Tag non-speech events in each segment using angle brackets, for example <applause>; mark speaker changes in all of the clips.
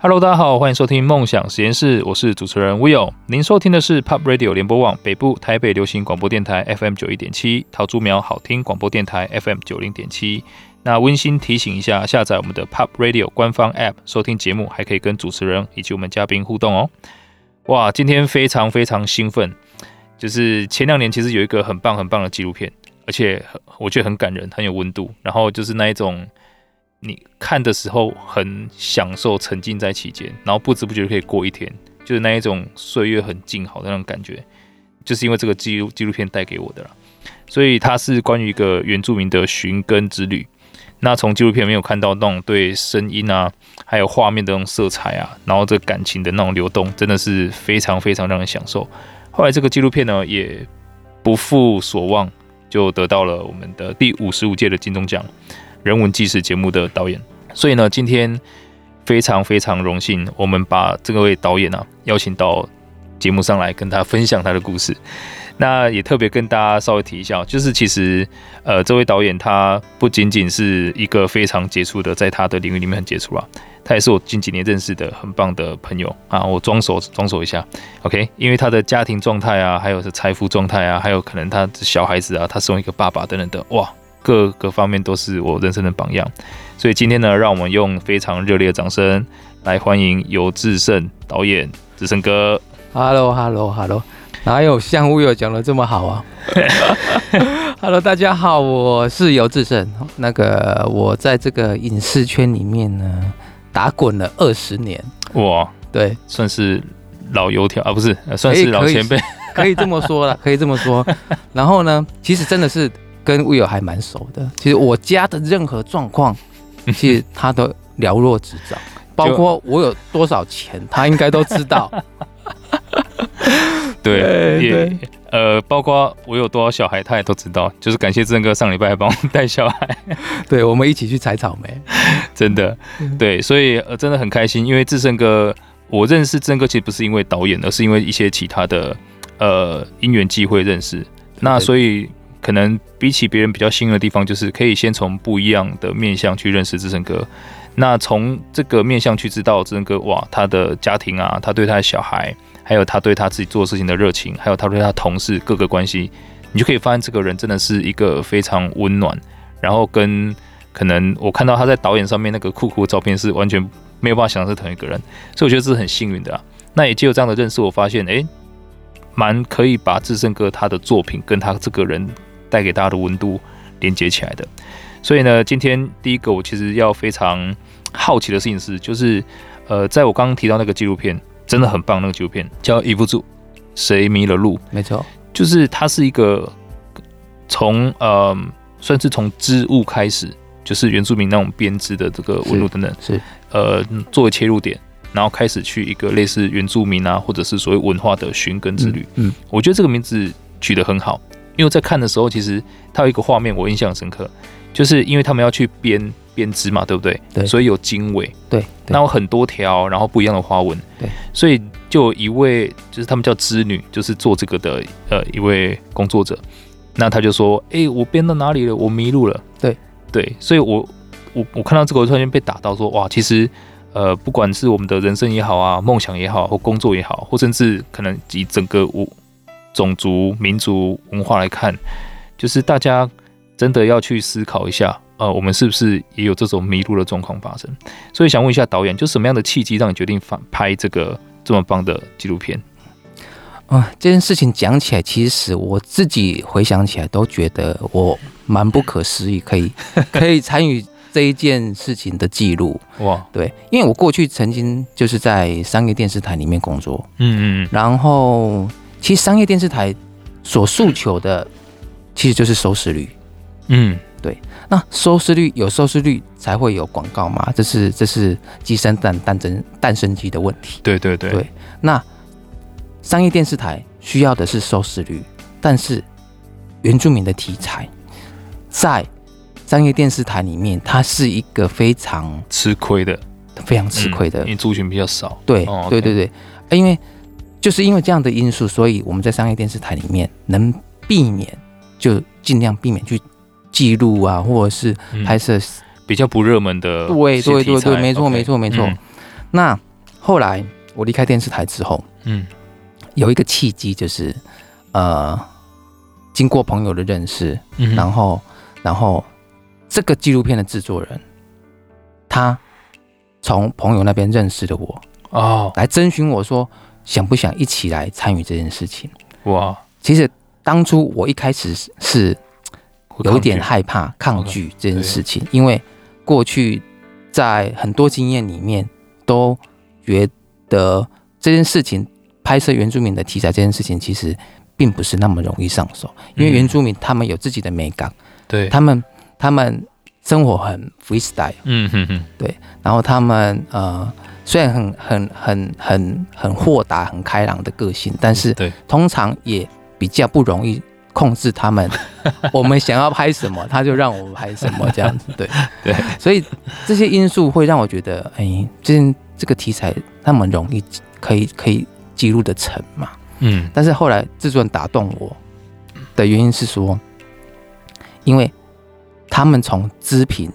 Speaker 1: Hello，大家好，欢迎收听梦想实验室，我是主持人 Will。您收听的是 Pop Radio 联播网北部台北流行广播电台 FM 九一点七，桃竹苗好听广播电台 FM 九零点七。那温馨提醒一下，下载我们的 Pop Radio 官方 App 收听节目，还可以跟主持人以及我们嘉宾互动哦。哇，今天非常非常兴奋，就是前两年其实有一个很棒很棒的纪录片，而且很我觉得很感人，很有温度。然后就是那一种你看的时候很享受，沉浸在其间，然后不知不觉就可以过一天，就是那一种岁月很静好的那种感觉，就是因为这个纪录纪录片带给我的啦。所以它是关于一个原住民的寻根之旅。那从纪录片没有看到那种对声音啊，还有画面的那种色彩啊，然后这感情的那种流动，真的是非常非常让人享受。后来这个纪录片呢，也不负所望，就得到了我们的第五十五届的金钟奖人文纪实节目的导演。所以呢，今天非常非常荣幸，我们把这位导演啊邀请到节目上来，跟他分享他的故事。那也特别跟大家稍微提一下哦，就是其实呃，这位导演他不仅仅是一个非常杰出的，在他的领域里面很杰出啊，他也是我近几年认识的很棒的朋友啊。我装熟装熟一下，OK？因为他的家庭状态啊，还有是财富状态啊，还有可能他小孩子啊，他身为一个爸爸等等的，哇，各个方面都是我人生的榜样。所以今天呢，让我们用非常热烈的掌声来欢迎尤志胜导演，志胜哥。
Speaker 2: Hello，Hello，Hello，哪有像乌友讲的这么好
Speaker 1: <laughs>
Speaker 2: 啊？Hello，大家好，我是尤志胜。那个我在这个影视圈里面呢，打滚了二十年，
Speaker 1: 哇，
Speaker 2: 对，
Speaker 1: 算是老油条啊，不是，呃算是
Speaker 2: 可以
Speaker 1: 老
Speaker 2: 哎可以
Speaker 1: 前辈。
Speaker 2: <laughs> 可以这么说
Speaker 1: <laughs>
Speaker 2: 了，可以这么说。然后呢，其实真的是跟乌友还蛮熟的。其实我家的任何状
Speaker 1: <laughs>
Speaker 2: 况，其实他都了若指掌，包括我有多少钱，他应该都
Speaker 1: <laughs>
Speaker 2: 知道。
Speaker 1: 对，
Speaker 2: 对
Speaker 1: 也
Speaker 2: 哎对
Speaker 1: 呃，包括我有多少小孩，他也都知道。就是感谢郑哥上礼拜还帮我带小孩，
Speaker 2: 对，我们一起去采草莓。
Speaker 1: 真的，对，所以呃真的很开心，因为志胜哥，我认识志胜哥其实不是因为导演，而是因为一些其他的呃因缘际会认识。那
Speaker 2: 对
Speaker 1: 所以可能比起别人比较幸运的地方，就是可以先从不一样的面向去认识志胜哥。那从这个面向去知道志胜哥，哇，他的家庭啊，他对他的小孩，还有他对他自己做事情的热情，还有他对他同事各个关系，你就可以发现这个人真的是一个非常温暖，然后跟可能我看到他在导演上面那个酷酷的照片是完全没有办法想象是同一个人，所以我觉得这是很幸运的啊。那也借由这样的认识，我发现，诶。蛮可以把志胜哥他的作品跟他这个人带给大家的温度连接起来的。所以呢，今天第一个我其实要非常好奇的事情是，就是呃，在我刚刚提到那个纪录片，真的很棒，那个纪录片叫《一不住谁迷了路》，
Speaker 2: 没错，
Speaker 1: 就是它是一个从呃，算是从织物开始，就是原住民那种编织的这个纹路等等，
Speaker 2: 是
Speaker 1: 呃作为切入点，然后开始去一个类似原住民啊，或者是所谓文化的寻根之旅。
Speaker 2: 嗯，嗯，
Speaker 1: 我觉得这个名字取得很好，因为我在看的时候，其实它有一个画面我印象深刻，就是因为他们要去编编织嘛，对不对？
Speaker 2: 对
Speaker 1: 所以有经纬，
Speaker 2: 对，对
Speaker 1: 然后很多条，然后不一样的花纹，
Speaker 2: 对，
Speaker 1: 所以就有一位就是他们叫织女，就是做这个的呃一位工作者，那他就说：“诶，我编到哪里了？我迷路了。
Speaker 2: 对”
Speaker 1: 对所以我我我看到这个，我突然间被打到说：“哇，其实。”呃，不管是我们的人生也好啊，梦想也好，或工作也好，或甚至可能以整个我种族、民族文化来看，就是大家真的要去思考一下，呃，我们是不是也有这种迷路的状况发生？所以想问一下导演，就什么样的契机让你决定翻拍这个这么棒的纪录片？
Speaker 2: 啊，这件事情讲起来，其实我自己回想起来都觉得我蛮不可思议，可以可以参与这一件事情的记录。
Speaker 1: 哇，
Speaker 2: 对，因为我过去曾经就是在商业电视台里面工作，
Speaker 1: 嗯嗯
Speaker 2: 然后其实商业电视台所诉求的其实就是收视率。
Speaker 1: 嗯，
Speaker 2: 那收视率有收视率才会有广告嘛，这是这是鸡生蛋蛋生蛋生鸡的问题。
Speaker 1: 对对对，
Speaker 2: 对那商业电视台需要的是收视率，但是原住民的题材在商业电视台里面，它是一个非常
Speaker 1: 吃亏的，
Speaker 2: 非常吃亏的。
Speaker 1: 嗯因为族群比较少。
Speaker 2: 对、
Speaker 1: 哦，OK
Speaker 2: 对对对，呃因为就是因为这样的因素，所以我们在商业电视台里面能避免就尽量避免去记录啊，或者是
Speaker 1: 嗯
Speaker 2: 拍摄
Speaker 1: 比较不热门的
Speaker 2: 对
Speaker 1: 一些
Speaker 2: 对对
Speaker 1: 题材
Speaker 2: 对，没错
Speaker 1: OK
Speaker 2: 没错没错
Speaker 1: 嗯。
Speaker 2: 那后来我离开电视台之后，
Speaker 1: 嗯
Speaker 2: 有一个契机，就是呃，经过朋友的认识，
Speaker 1: 嗯哼，
Speaker 2: 然后然后这个纪录片的制作人，他从朋友那边认识的我，
Speaker 1: 哦
Speaker 2: 来征询我说想不想一起来参与这件事情。
Speaker 1: 哇，
Speaker 2: 其实当初我一开始是是
Speaker 1: 我
Speaker 2: 有
Speaker 1: 抗
Speaker 2: 点
Speaker 1: 拒
Speaker 2: 害怕抗
Speaker 1: OK，
Speaker 2: 拒这件事情，因为过去在很多经验里面都觉得这件事情拍摄原住民的题材这件事情其实并不是那么容易上手，因为
Speaker 1: 嗯
Speaker 2: 原住民他们有自己的美感，
Speaker 1: 对，
Speaker 2: 他们他们生活很 freestyle，
Speaker 1: 嗯哼哼，
Speaker 2: 然后他们呃虽然很很很很很豁达、很开朗的个性，但是
Speaker 1: 对，
Speaker 2: 通常也比较不容易控制他们。我们想要拍什么，他就让我们拍什么，这样子。对
Speaker 1: 对，
Speaker 2: 所以这些因素会让我觉得，哎，这件这个题材那么容易可以可以记录的成嘛？
Speaker 1: 嗯
Speaker 2: 但是后来制作人打动我的原因是说，因为他们从织品、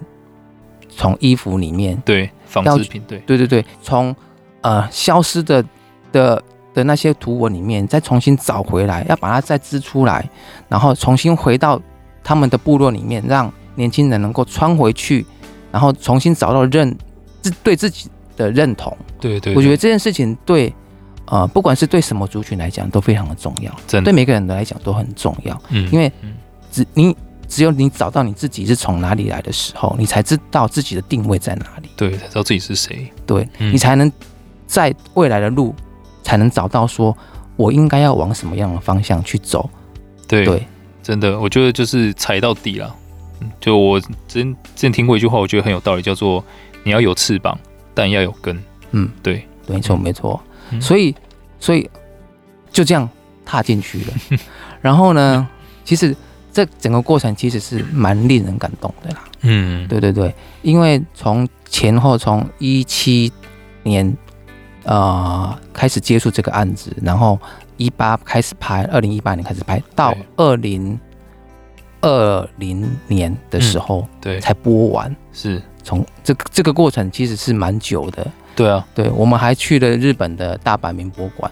Speaker 2: 从衣服里面
Speaker 1: 对，纺
Speaker 2: 要
Speaker 1: 织品对，
Speaker 2: 对对对，从呃消失的的的那些图文里面再重新找回来，要把它再织出来，然后重新回到他们的部落里面，让年轻人能够穿回去，然后重新找到认自对自己的认同。
Speaker 1: 对对，
Speaker 2: 我觉
Speaker 1: 对
Speaker 2: 得这件事情对呃，不管是对什么族群来讲都非常的重要，
Speaker 1: 真的
Speaker 2: 对，每个人来讲都很重要。
Speaker 1: 嗯
Speaker 2: 因为
Speaker 1: 嗯
Speaker 2: 只你只有你找到你自己是从哪里来的时候，你才知道自己的定位在哪里。
Speaker 1: 对才知道自己是谁，
Speaker 2: 对
Speaker 1: 嗯
Speaker 2: 你才能在未来的路才能找到说我应该要往什么样的方向去走。
Speaker 1: 对
Speaker 2: 对
Speaker 1: 真的，我觉得就是踩到底了。嗯就我之前之前听过一句话，我觉得很有道理，叫做你要有翅膀，但要有根。
Speaker 2: 嗯，
Speaker 1: 对，
Speaker 2: 对，没错，没错。
Speaker 1: 嗯
Speaker 2: 所以，所以就这样踏进去了。
Speaker 1: <laughs>
Speaker 2: 然后呢，其实这整个过程其实是蛮令人感动的啦。
Speaker 1: 嗯，
Speaker 2: 对对对，因为从前后从一七年呃开始接触这个案子，然后一八开始拍，二零一八年开始拍，到
Speaker 1: 对
Speaker 2: 二零二零年的时候
Speaker 1: 嗯对，
Speaker 2: 才播完。
Speaker 1: 是，
Speaker 2: 从这个这个过程其实是蛮久的，
Speaker 1: 对啊，
Speaker 2: 对我们还去了日本的大阪民博馆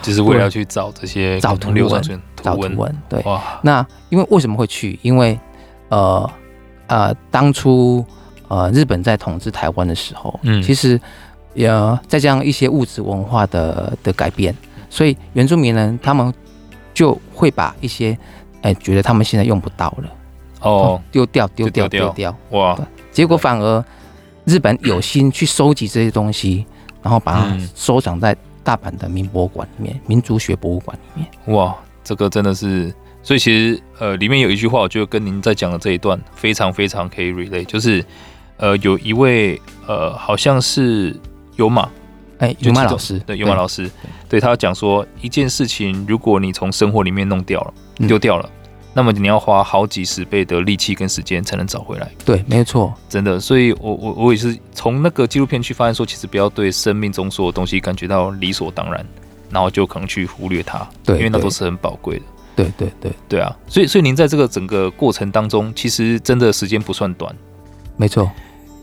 Speaker 1: 就是为了要去找这些
Speaker 2: 找
Speaker 1: 可能
Speaker 2: 图
Speaker 1: 流传
Speaker 2: 文
Speaker 1: 出来的
Speaker 2: 找
Speaker 1: 图
Speaker 2: 图文，嗯对，
Speaker 1: 哇，
Speaker 2: 那因为为什么会去？因为呃呃，当初呃日本在统治台湾的时候，
Speaker 1: 嗯
Speaker 2: 其实呃再加上一些物质文化的的改变，所以原住民人他们就会把一些哎、觉得他们现在用不到了，
Speaker 1: 哦，
Speaker 2: 丢掉丢掉
Speaker 1: 就丢
Speaker 2: 丢
Speaker 1: 掉
Speaker 2: 掉，
Speaker 1: 哇，
Speaker 2: 结果反而日本有心去收集这些东西，然后把它
Speaker 1: 嗯
Speaker 2: 收藏在大阪的民博馆里面、民族学博物馆里面。
Speaker 1: 哇，这个真的是，所以其实呃，里面有一句话，我觉得跟您在讲的这一段非常非常可以 relate，就是呃，有一位呃，好像是有马
Speaker 2: 哎、
Speaker 1: 就
Speaker 2: 尤曼
Speaker 1: 其中
Speaker 2: 老师，
Speaker 1: 对尤马老师，对他讲说一件事情，如果你从生活里面弄掉了、
Speaker 2: 嗯
Speaker 1: 丢掉了，那么你要花好几十倍的力气跟时间才能找回来。
Speaker 2: 对，没错，
Speaker 1: 真的，所以我我我也是从那个纪录片去发现说，其实不要对生命中所有东西感觉到理所当然，然后就可能去忽略它，
Speaker 2: 对，
Speaker 1: 因为那
Speaker 2: 对
Speaker 1: 都是很宝贵的。
Speaker 2: 对对对，
Speaker 1: 对啊，所以所以您在这个整个过程当中，其实真的时间不算短，
Speaker 2: 没错，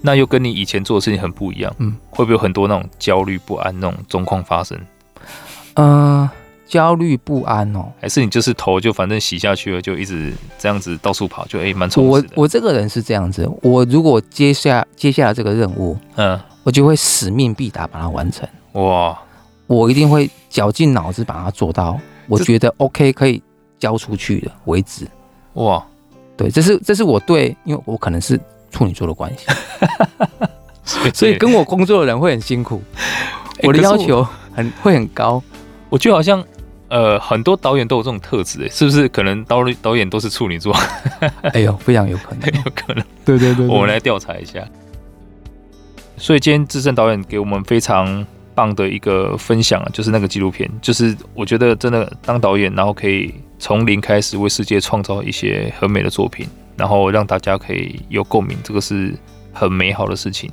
Speaker 1: 那又跟你以前做的事情很不一样，
Speaker 2: 嗯，
Speaker 1: 会不会有很多那种焦虑不安那种状况发生？
Speaker 2: 嗯、焦虑不安哦。
Speaker 1: 还是你就是头就反正洗下去了，就一直这样子到处跑，就哎蛮充
Speaker 2: 我
Speaker 1: 实的，
Speaker 2: 我这个人是这样子，我如果接下接下来这个任务，
Speaker 1: 嗯，
Speaker 2: 我就会使命必达把它完成，
Speaker 1: 哇，
Speaker 2: 我一定会绞尽脑汁把它做到，我
Speaker 1: 这
Speaker 2: 觉得 OK 可以交出去的为止。
Speaker 1: 哇，
Speaker 2: 对，这是这是我对，因为我可能是处女座的
Speaker 1: <laughs>
Speaker 2: 关系，所以跟我工作的人会很辛苦，
Speaker 1: <laughs> 哎
Speaker 2: 我的
Speaker 1: 可是
Speaker 2: 要求很会很高。
Speaker 1: 我觉得好像。呃，很多导演都有这种特质，哎，是不是？可能导导演都是处女座， <laughs>
Speaker 2: 哎呦，非常有可能。
Speaker 1: 有可能。
Speaker 2: 对对对
Speaker 1: 我们来调查一下。所以今天志胜导演给我们非常棒的一个分享啊，就是那个纪录片，就是我觉得真的当导演，然后可以从零开始为世界创造一些很美的作品，然后让大家可以有共鸣，这个是很美好的事情。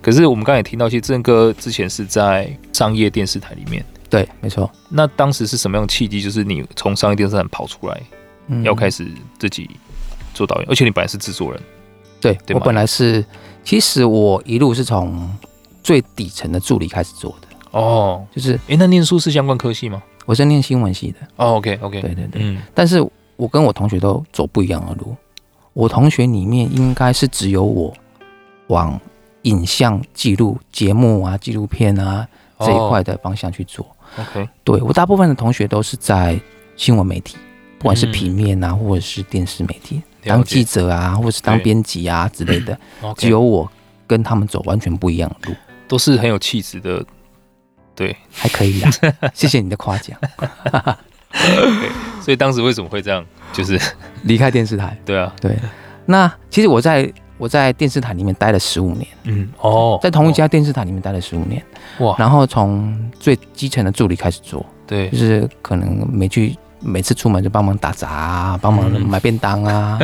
Speaker 1: 可是我们刚才也听到，其实正哥之前是在商业电视台里面，
Speaker 2: 对，没错。
Speaker 1: 那当时是什么样的契机？就是你从商业电视台跑出来，
Speaker 2: 嗯
Speaker 1: 要开始自己做导演，而且你本来是制作人，
Speaker 2: 对
Speaker 1: 对
Speaker 2: 我
Speaker 1: 吗
Speaker 2: 本来是，其实我一路是从最底层的助理开始做的，
Speaker 1: 哦，
Speaker 2: 就是
Speaker 1: 诶，那念书是相关科系吗？
Speaker 2: 我是念新闻系的，
Speaker 1: 哦，OK OK，
Speaker 2: 对对对，
Speaker 1: 嗯，
Speaker 2: 但是我跟我同学都走不一样的路，我同学里面应该是只有我往影像记录节目啊、纪录片啊这一块的方向去做。
Speaker 1: 哦 OK，
Speaker 2: 对我大部分的同学都是在新闻媒体，不管是
Speaker 1: 嗯
Speaker 2: 平面啊，或者是电视媒体，
Speaker 1: 了
Speaker 2: 当
Speaker 1: 解
Speaker 2: 记者啊，或者是当
Speaker 1: 对
Speaker 2: 编辑啊之类的，只
Speaker 1: <coughs> OK，
Speaker 2: 有我跟他们走完全不一样的路，
Speaker 1: 都是很有气质的，对，
Speaker 2: 还可以啦。
Speaker 1: <laughs>
Speaker 2: 谢谢你的夸奖。
Speaker 1: 所以当时为什么会这样？就是 <laughs>
Speaker 2: 离开电视台，
Speaker 1: 对啊，
Speaker 2: 对，那其实我在我在电视台里面待了十五年，
Speaker 1: 嗯，哦，
Speaker 2: 在同一家电视台里面待了十五年，
Speaker 1: 哇，
Speaker 2: 然后从最基层的助理开始做，
Speaker 1: 对
Speaker 2: 就，是可能每去每次出门就帮忙打杂啊，帮忙
Speaker 1: 嗯
Speaker 2: 买便当
Speaker 1: <laughs>
Speaker 2: 啊，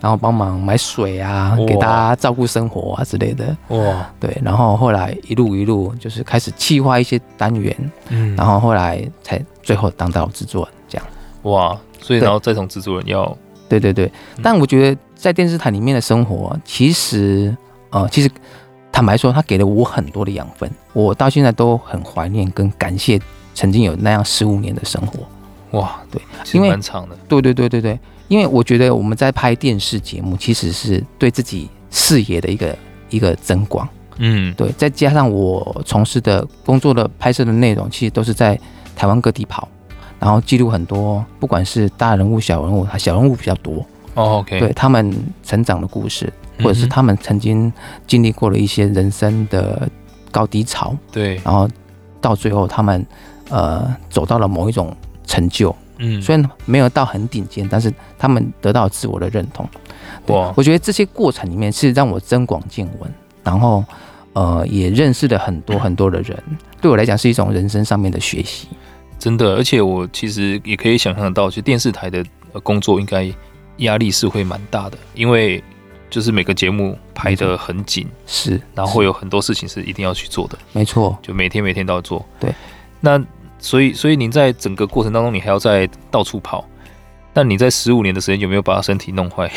Speaker 2: 然后帮忙买水啊，
Speaker 1: 哇
Speaker 2: 给大家照顾生活啊之类的。
Speaker 1: 哇，
Speaker 2: 对，然后后来一路一路就是开始企划一些单元，
Speaker 1: 嗯，
Speaker 2: 然后后来才最后当到制作人这样。
Speaker 1: 哇，所以
Speaker 2: 对
Speaker 1: 然后再从制作人要
Speaker 2: 对对对，但我觉得在电视台里面的生活，其实呃，其实坦白说，他给了我很多的养分，我到现在都很怀念跟感谢曾经有那样十五年的生活。
Speaker 1: 哇，
Speaker 2: 对，
Speaker 1: 其实
Speaker 2: 因为
Speaker 1: 蛮长的，
Speaker 2: 对对对对对，因为我觉得我们在拍电视节目，其实是对自己视野的一个一个增广。
Speaker 1: 嗯，
Speaker 2: 对，再加上我从事的工作的拍摄的内容，其实都是在台湾各地跑，然后记录很多，不管是大人物、小人物，小人物比较多。
Speaker 1: 哦，OK，
Speaker 2: 对他们成长的故事，
Speaker 1: 嗯哼，
Speaker 2: 或者是他们曾经经历过了一些人生的高低潮，
Speaker 1: 对，
Speaker 2: 然后到最后他们呃走到了某一种成就，
Speaker 1: 嗯，
Speaker 2: 虽然没有到很顶尖，但是他们得到自我的认同。对
Speaker 1: 哇，
Speaker 2: 我觉得这些过程里面是让我增广见闻，然后呃也认识了很
Speaker 1: <coughs>
Speaker 2: 多很多的人，对我来讲是一种人生上面的学习。
Speaker 1: 真的，而且我其实也可以想象得到，就电视台的呃工作应该压力是会蛮大的，因为就是每个节目排得很紧，
Speaker 2: 是，
Speaker 1: 然后会有很多事情是一定要去做的，
Speaker 2: 没错，
Speaker 1: 就每天每天都要做。
Speaker 2: 对，
Speaker 1: 那所以所以您在整个过程当中，你还要在到处跑。那你在十五年的时间有没有把身体弄
Speaker 2: <laughs>
Speaker 1: 坏？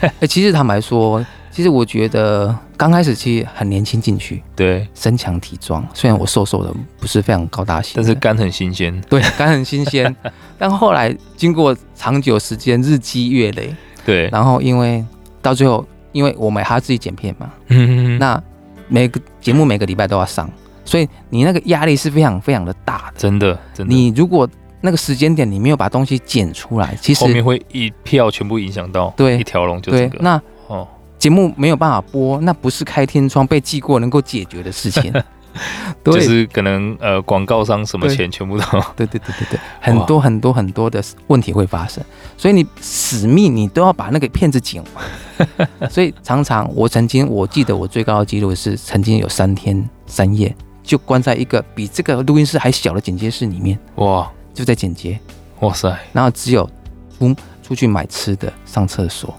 Speaker 2: 哎、其实坦白说，其实我觉得刚开始其实很年轻进去，
Speaker 1: 对，
Speaker 2: 身强体壮，虽然我瘦瘦的，不是非常高大型，
Speaker 1: 但是肝很新鲜。
Speaker 2: 对肝很新
Speaker 1: <laughs>
Speaker 2: 鲜。但后来经过长久时间日积月累，
Speaker 1: 对，
Speaker 2: 然后因为到最后，因为我们还要自己剪片嘛，
Speaker 1: 嗯，
Speaker 2: 那每个节目每个礼拜都要上，所以你那个压力是非常非常的大的。
Speaker 1: 真的真的，
Speaker 2: 你如果那个时间点你没有把东西剪出来，其
Speaker 1: 后
Speaker 2: 实
Speaker 1: 面会一票全部影响到，
Speaker 2: 对
Speaker 1: 一条龙就
Speaker 2: 对
Speaker 1: 整个。
Speaker 2: 那。
Speaker 1: 哦，
Speaker 2: 节目没有办法播，那不是开天窗被记过能够解决的事情。
Speaker 1: <laughs>
Speaker 2: 对、
Speaker 1: 就是可能呃广告商什么
Speaker 2: 对
Speaker 1: 钱全部都 <laughs>
Speaker 2: 对对对对对，很多很多很多的问题会发生，所以你使命你都要把那个片子剪
Speaker 1: <laughs>
Speaker 2: 完。所以常常我曾经我记得我最高的记录是曾经有三天三夜就关在一个比这个录音室还小的剪接室里面，
Speaker 1: 哇
Speaker 2: 就在剪接，
Speaker 1: 哇塞，
Speaker 2: 然后只有出出去买吃的、上厕所，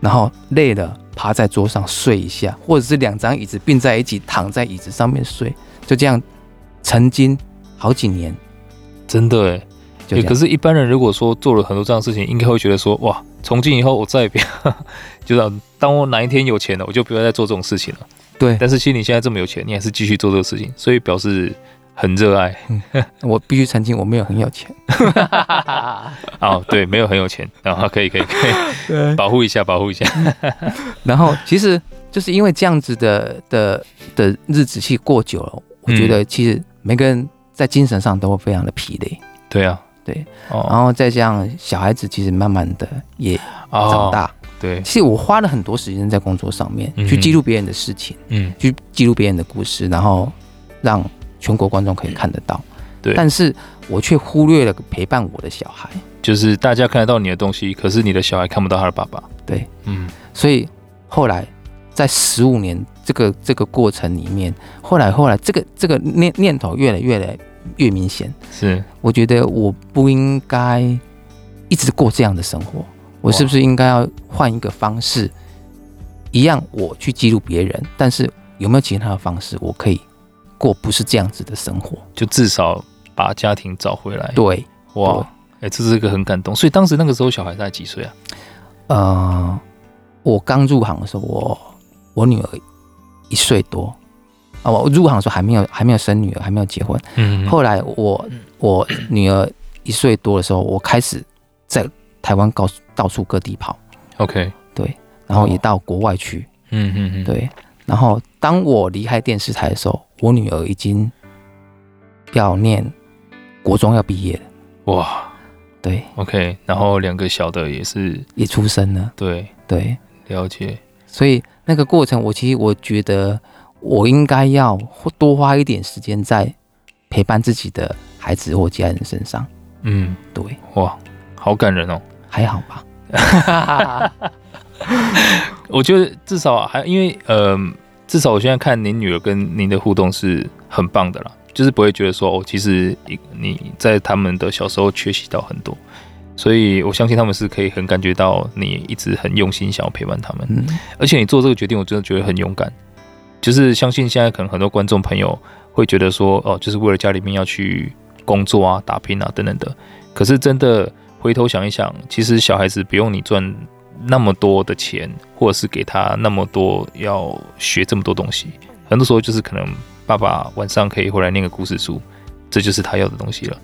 Speaker 2: 然后累了趴在桌上睡一下，或者是两张椅子并在一起躺在椅子上面睡，就这样，曾经好几年
Speaker 1: 真的哎、
Speaker 2: 就这
Speaker 1: 可
Speaker 2: 样。
Speaker 1: 是，一般人如果说做了很多这样的事情，应该会觉得说，哇，从今以后我再也不要， <laughs> 就是当我哪一天有钱了，我就不要再做这种事情了。
Speaker 2: 对，
Speaker 1: 但是，其实你现在这么有钱，你还是继续做这个事情，所以表示很热
Speaker 2: <laughs>
Speaker 1: 爱
Speaker 2: 我必须澄清，我没有很有钱。
Speaker 1: 啊、对，没有很有钱啊，可以可以可以，
Speaker 2: 对。
Speaker 1: 保护一下，保护一
Speaker 2: <laughs>
Speaker 1: 下。
Speaker 2: 然后其实就是因为这样子的的的日子去过久了，我觉
Speaker 1: 嗯
Speaker 2: 得其实每个人在精神上都会非常的疲累，
Speaker 1: 对啊，
Speaker 2: 对，然
Speaker 1: 哦
Speaker 2: 后再加上小孩子其实慢慢的也长
Speaker 1: 哦，
Speaker 2: 大，
Speaker 1: 对，
Speaker 2: 其实我花了很多时间在工作上面，
Speaker 1: 嗯
Speaker 2: 去记录别人的事情，
Speaker 1: 嗯，
Speaker 2: 去记录别人的故事，然后让全国观众可以看得到。
Speaker 1: 对
Speaker 2: 但是我却忽略了陪伴我的小孩，
Speaker 1: 就是大家看得到你的东西，可是你的小孩看不到他的爸爸。
Speaker 2: 对，
Speaker 1: 嗯，
Speaker 2: 所以后来在十五年这个这个过程里面，后来后来这个这个念念头越来越来越明显，
Speaker 1: 是，
Speaker 2: 我觉得我不应该一直过这样的生活，我
Speaker 1: 哇
Speaker 2: 是不是应该要换一个方式？一样，我去记录别人，但是有没有其他的方式，我可以过不是这样子的生活？
Speaker 1: 就至少把家庭找回来。
Speaker 2: 对，
Speaker 1: 哇，哎、这是一个很感动。所以当时那个时候小孩大概几岁啊？
Speaker 2: 呃，我刚入行的时候，我我女儿一岁多，啊，我入行的时候还没有还没有生女儿，还没有结婚。
Speaker 1: 嗯，
Speaker 2: 后来我我女儿一岁多的时候，我开始在台湾告到处各地跑，
Speaker 1: OK，
Speaker 2: 对，然后也
Speaker 1: 哦
Speaker 2: 到国外去，
Speaker 1: 嗯嗯嗯，
Speaker 2: 对。然后当我离开电视台的时候，我女儿已经要念国中要毕业了，
Speaker 1: 哇
Speaker 2: 对，
Speaker 1: ，OK，然后两个小的也是
Speaker 2: 也出生了，
Speaker 1: 对，
Speaker 2: 对。
Speaker 1: 了解，
Speaker 2: 所以那个过程，我其实我觉得我应该要多花一点时间在陪伴自己的孩子或家人身上。
Speaker 1: 嗯，
Speaker 2: 对，
Speaker 1: 哇，好感人哦。
Speaker 2: 还好吧？
Speaker 1: 我觉得至少还因为呃，至少我现在看您女儿跟您的互动是很棒的啦，就是不会觉得说哦，其实一你在他们的小时候缺席到很多，所以我相信他们是可以很感觉到你一直很用心想要陪伴他们，
Speaker 2: 嗯，
Speaker 1: 而且你做这个决定，我真的觉得很勇敢，就是相信现在可能很多观众朋友会觉得说哦，就是为了家里面要去工作啊、打拼啊等等的，可是真的回头想一想，其实小孩子不用你赚那么多的钱，或者是给他那么多要学这么多东西，很多时候就是可能爸爸晚上可以回来念个故事书，这就是他要的东西了。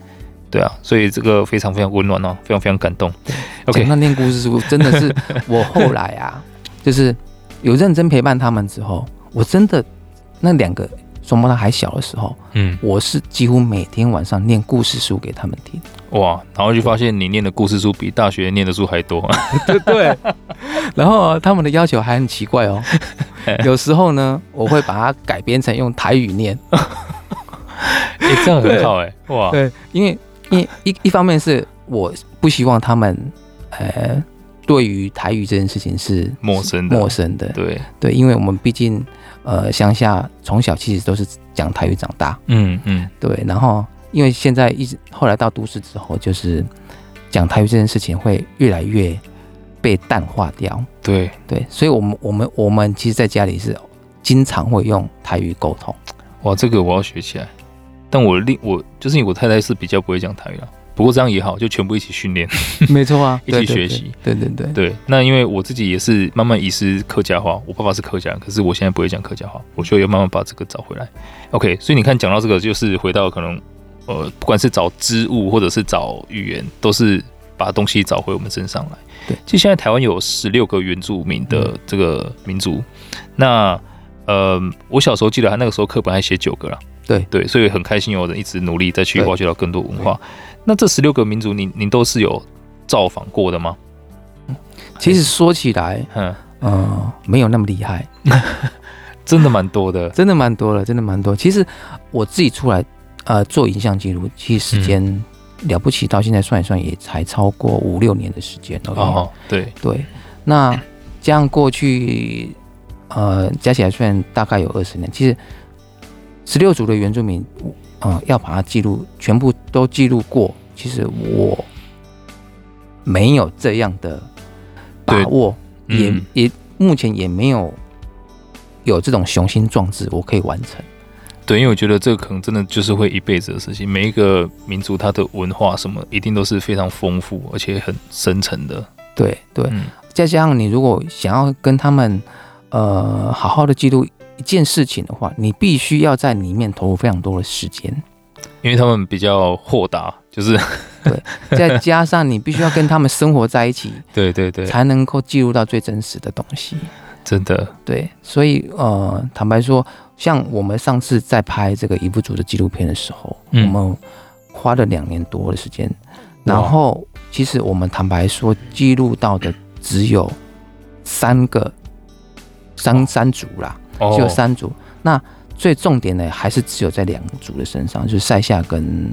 Speaker 1: 对啊，所以这个非常非常温暖哦，非常非常感动。OK，
Speaker 2: 讲到念故事书，真的是我后来啊，就是有认真陪伴他们之后，我真的那两个双胞胎还小的时候，
Speaker 1: 嗯，
Speaker 2: 我是几乎每天晚上念故事书给他们听。
Speaker 1: 哇，然后就发现你念的故事书比大学念的书还多。
Speaker 2: 对
Speaker 1: <laughs>
Speaker 2: 对。然后啊他们的要求还很奇怪哦，有时候呢，我会把它改编成用台语
Speaker 1: <laughs>
Speaker 2: 念，
Speaker 1: 哎、这样很好哎、哇，
Speaker 2: 对，因为因为一一方面是我不希望他们呃对于台语这件事情是
Speaker 1: 陌生的，
Speaker 2: 陌生的，
Speaker 1: 对，
Speaker 2: 对，因为我们毕竟呃乡下从小其实都是讲台语长大，
Speaker 1: 嗯嗯，
Speaker 2: 对，然后因为现在一直后来到都市之后，就是讲台语这件事情会越来越被淡化掉，
Speaker 1: 对，
Speaker 2: 对，所以我们我们我们其实在家里是经常会用台语沟通，
Speaker 1: 哇，这个我要学起来。但我另我就是因为我太太是比较不会讲台语啦，不过这样也好，就全部一起训练。
Speaker 2: <laughs> 没错啊，
Speaker 1: 一起
Speaker 2: <laughs> 对对
Speaker 1: 学
Speaker 2: 对
Speaker 1: 习
Speaker 2: 对对对，
Speaker 1: 对，那因为我自己也是慢慢遗失客家话，我爸爸是客家人，可是我现在不会讲客家话，我就要慢慢把这个找回来。OK，所以你看，讲到这个，就是回到可能，呃，不管是找织物或者是找语言，都是把东西找回我们身上来。
Speaker 2: 对，
Speaker 1: 其实现在台湾有十六个原住民的这个民族，那呃，我小时候记得他那个时候课本还写九个啦。
Speaker 2: 对
Speaker 1: 对，所以很开心有人一直努力再去
Speaker 2: 对
Speaker 1: 挖掘到更多文化。那这十六个民族你，你都是有造访过的吗？
Speaker 2: 其实说起来，
Speaker 1: 嗯。
Speaker 2: 呃，没有那么厉害。
Speaker 1: 真的蛮多
Speaker 2: <laughs>
Speaker 1: 的。
Speaker 2: 真的蛮多了，真的蛮多。其实我自己出来呃做影像记录，其实
Speaker 1: 嗯
Speaker 2: 时间了不起，到现在算一算也才超过五六年的时间而已。
Speaker 1: 哦，对，
Speaker 2: 对，那这样过去呃加起来算大概有二十年。其实十六组的原住民，呃，要把它记录全部都记录过，其实我没有这样的把
Speaker 1: 对
Speaker 2: 握，也、
Speaker 1: 嗯
Speaker 2: 也目前也没有。有这种雄心壮志，我可以完成。
Speaker 1: 对，因为我觉得这个可能真的就是会一辈子的事情。每一个民族它的文化什么，一定都是非常丰富而且很深沉的。
Speaker 2: 对对，
Speaker 1: 嗯
Speaker 2: 再加上你如果想要跟他们呃好好的记录一件事情的话，你必须要在里面投入非常多的时间，
Speaker 1: 因为他们比较豁达，就是
Speaker 2: <laughs> 再加上你必须要跟他们生活在一起，
Speaker 1: 对对对，
Speaker 2: 才能够记录到最真实的东西。
Speaker 1: <laughs> 真的，
Speaker 2: 对，所以呃，坦白说，像我们上次在拍这个一部组的纪录片的时候，
Speaker 1: 嗯
Speaker 2: 我们花了两年多的时间，
Speaker 1: 哇
Speaker 2: 然后其实我们坦白说，记录到的只有三个三三组啦，
Speaker 1: 哦
Speaker 2: 只有三组。那最重点的还是只有在两组的身上，就是塞夏跟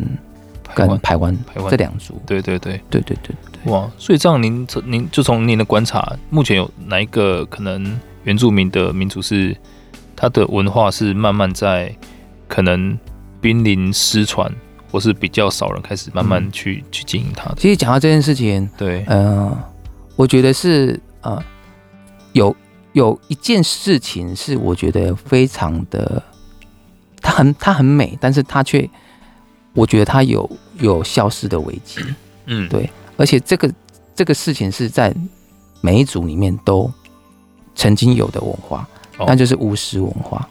Speaker 1: 排
Speaker 2: 跟
Speaker 1: 湾
Speaker 2: 台湾
Speaker 1: 排湾
Speaker 2: 这两组。
Speaker 1: 对对对，
Speaker 2: 对对对对，
Speaker 1: 哇，所以这样您从您就从您的观察，目前有哪一个可能原住民的民族是它的文化是慢慢在可能濒临失传，或是比较少人开始慢慢
Speaker 2: 嗯
Speaker 1: 去、去经营它的？
Speaker 2: 其实讲到这件事情，
Speaker 1: 对，
Speaker 2: 呃，我觉得是呃，有有一件事情是我觉得非常的，它很它很美，但是它却我觉得它有有消失的危机，
Speaker 1: 嗯，
Speaker 2: 对而且这个这个事情是在每一组里面都曾经有的文化
Speaker 1: 哦，
Speaker 2: 那就是巫师文化。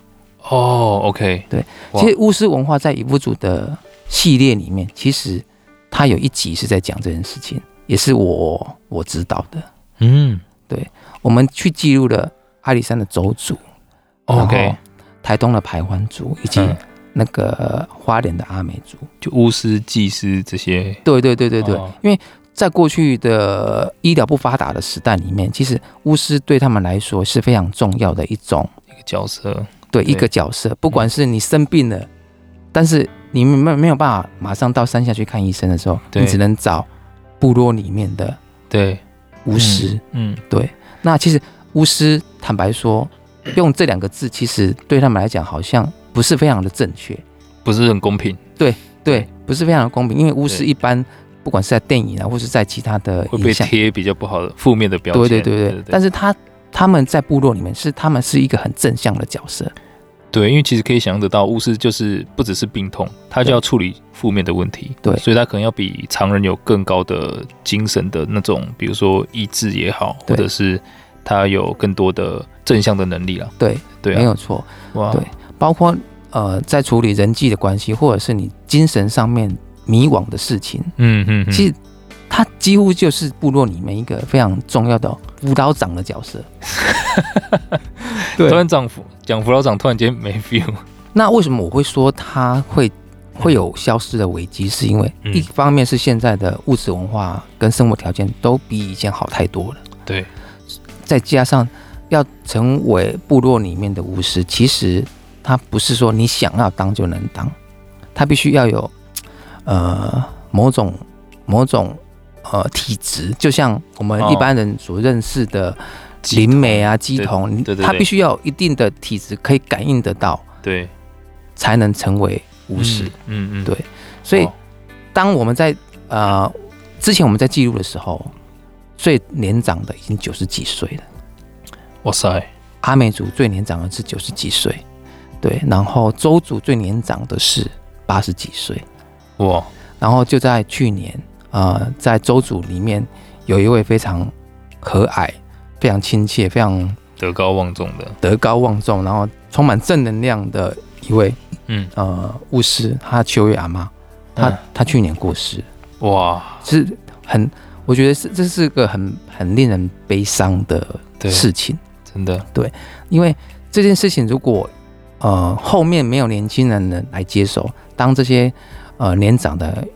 Speaker 1: 哦，OK，哇
Speaker 2: 其实巫师文化在以部族的系列里面，其实它有一集是在讲这件事情，也是我我指导的。
Speaker 1: 嗯
Speaker 2: 我们去记录了阿里山的周族然
Speaker 1: 哦，OK，
Speaker 2: 后台东的排湾族，以及
Speaker 1: 嗯
Speaker 2: 那个花莲的阿美族。
Speaker 1: 就巫师、祭司这些，
Speaker 2: 对对对对对，
Speaker 1: 哦
Speaker 2: 因为在过去的医疗不发达的时代里面，其实巫师对他们来说是非常重要的一种
Speaker 1: 一个角色，对
Speaker 2: 对
Speaker 1: 嗯
Speaker 2: 一个角色，不管是你生病了，但是你没没有办法马上到山下去看医生的时候，
Speaker 1: 对
Speaker 2: 你只能找部落里面的
Speaker 1: 对，
Speaker 2: 巫师。
Speaker 1: 嗯，
Speaker 2: 那其实巫师，坦
Speaker 1: <clears throat>
Speaker 2: 白说，用这两个字，其实对他们来讲好像不是非常的正确，
Speaker 1: 不是很公平，
Speaker 2: 对，不是非常的公平，因为巫师
Speaker 1: 对
Speaker 2: 一般不管是在电影啊，或是在其他的
Speaker 1: 会被
Speaker 2: 影像，
Speaker 1: 贴比较不好的负面的标签，
Speaker 2: 对对对对
Speaker 1: 对，，
Speaker 2: 但
Speaker 1: 是
Speaker 2: 是他他们在部落里面是他们是一个很正向的角色，
Speaker 1: 对，因为其实可以想象得到，巫师就是不只是病痛，他就
Speaker 2: 对
Speaker 1: 要处理负面的问题，
Speaker 2: 对
Speaker 1: 所以他可能要比常人有更高的精神的那种，比如说意志也好，或
Speaker 2: 对
Speaker 1: 者是他有更多的正向的能力啦，
Speaker 2: 对，
Speaker 1: 对
Speaker 2: 没
Speaker 1: 啊，
Speaker 2: 有错，
Speaker 1: 哇，
Speaker 2: 对包括呃在处理人际的关系，或者是你精神上面迷惘的事情，
Speaker 1: 嗯嗯，嗯
Speaker 2: 其实。他几乎就是部落里面一个非常重要的辅导长的
Speaker 1: <laughs>
Speaker 2: 角色。对
Speaker 1: 突然讲辅讲辅导长突然间没 feel， <laughs>
Speaker 2: 那为什么我会说它会会有消失的危机？是因为
Speaker 1: 嗯
Speaker 2: 一方面是现在的物质文化跟生活条件都比以前好太多了，
Speaker 1: 对，
Speaker 2: 再加上要成为部落里面的巫师，其实他不是说你想要当就能当，他必须要有呃某种某种呃体质，就像我们
Speaker 1: 哦
Speaker 2: 一般人所认识的
Speaker 1: 鸡
Speaker 2: 灵媒啊、鸡童，
Speaker 1: 对对
Speaker 2: 他
Speaker 1: 对
Speaker 2: 必须要有一定的体质，可以感应得到。
Speaker 1: 对，
Speaker 2: 才能成为巫师。
Speaker 1: 嗯，嗯嗯，
Speaker 2: 对所以
Speaker 1: 哦，
Speaker 2: 当我们在呃之前我们在记录的时候，最年长的已经九十几岁了，
Speaker 1: 哇塞，
Speaker 2: 阿美族最年长的是九十几岁，对，然后周族最年长的是八十几岁，
Speaker 1: 哇，
Speaker 2: 然后就在去年，呃，在周族里面有一位非常和蔼、非常亲切、非常
Speaker 1: 德高望重的，
Speaker 2: 德高望重，然后充满正能量的一位
Speaker 1: 嗯，
Speaker 2: 呃巫师，他秋月阿妈，他、
Speaker 1: 嗯
Speaker 2: 他去年过世。
Speaker 1: 哇，
Speaker 2: 是很，我觉得是这是个很很令人悲伤的
Speaker 1: 对，
Speaker 2: 事情，
Speaker 1: 真的，
Speaker 2: 因为这件事情如果呃后面没有年轻人来接手，当这些呃年长的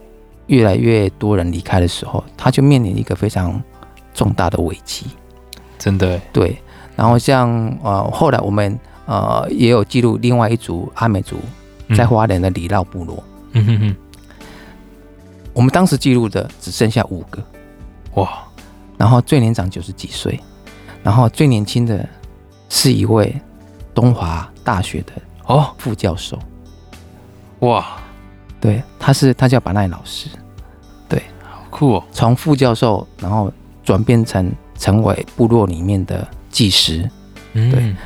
Speaker 2: 越来越多人离开的时候，他就面临一个非常重大的危机。
Speaker 1: 真的欸，
Speaker 2: 对，然后像呃后来我们呃也有记录另外一族阿美族
Speaker 1: 嗯
Speaker 2: 在，花莲的里绕部落，
Speaker 1: 嗯哼哼，
Speaker 2: 我们当时记录的只剩下五个。
Speaker 1: 哇，
Speaker 2: 然后最年长九十几岁，然后最年轻的是一位东华大学的
Speaker 1: 哦，
Speaker 2: 副教授，
Speaker 1: 哇，
Speaker 2: 对，他是他叫巴奈老师，
Speaker 1: 好酷哦，
Speaker 2: 从副教授然后转变成成为部落里面的技师，
Speaker 1: 嗯，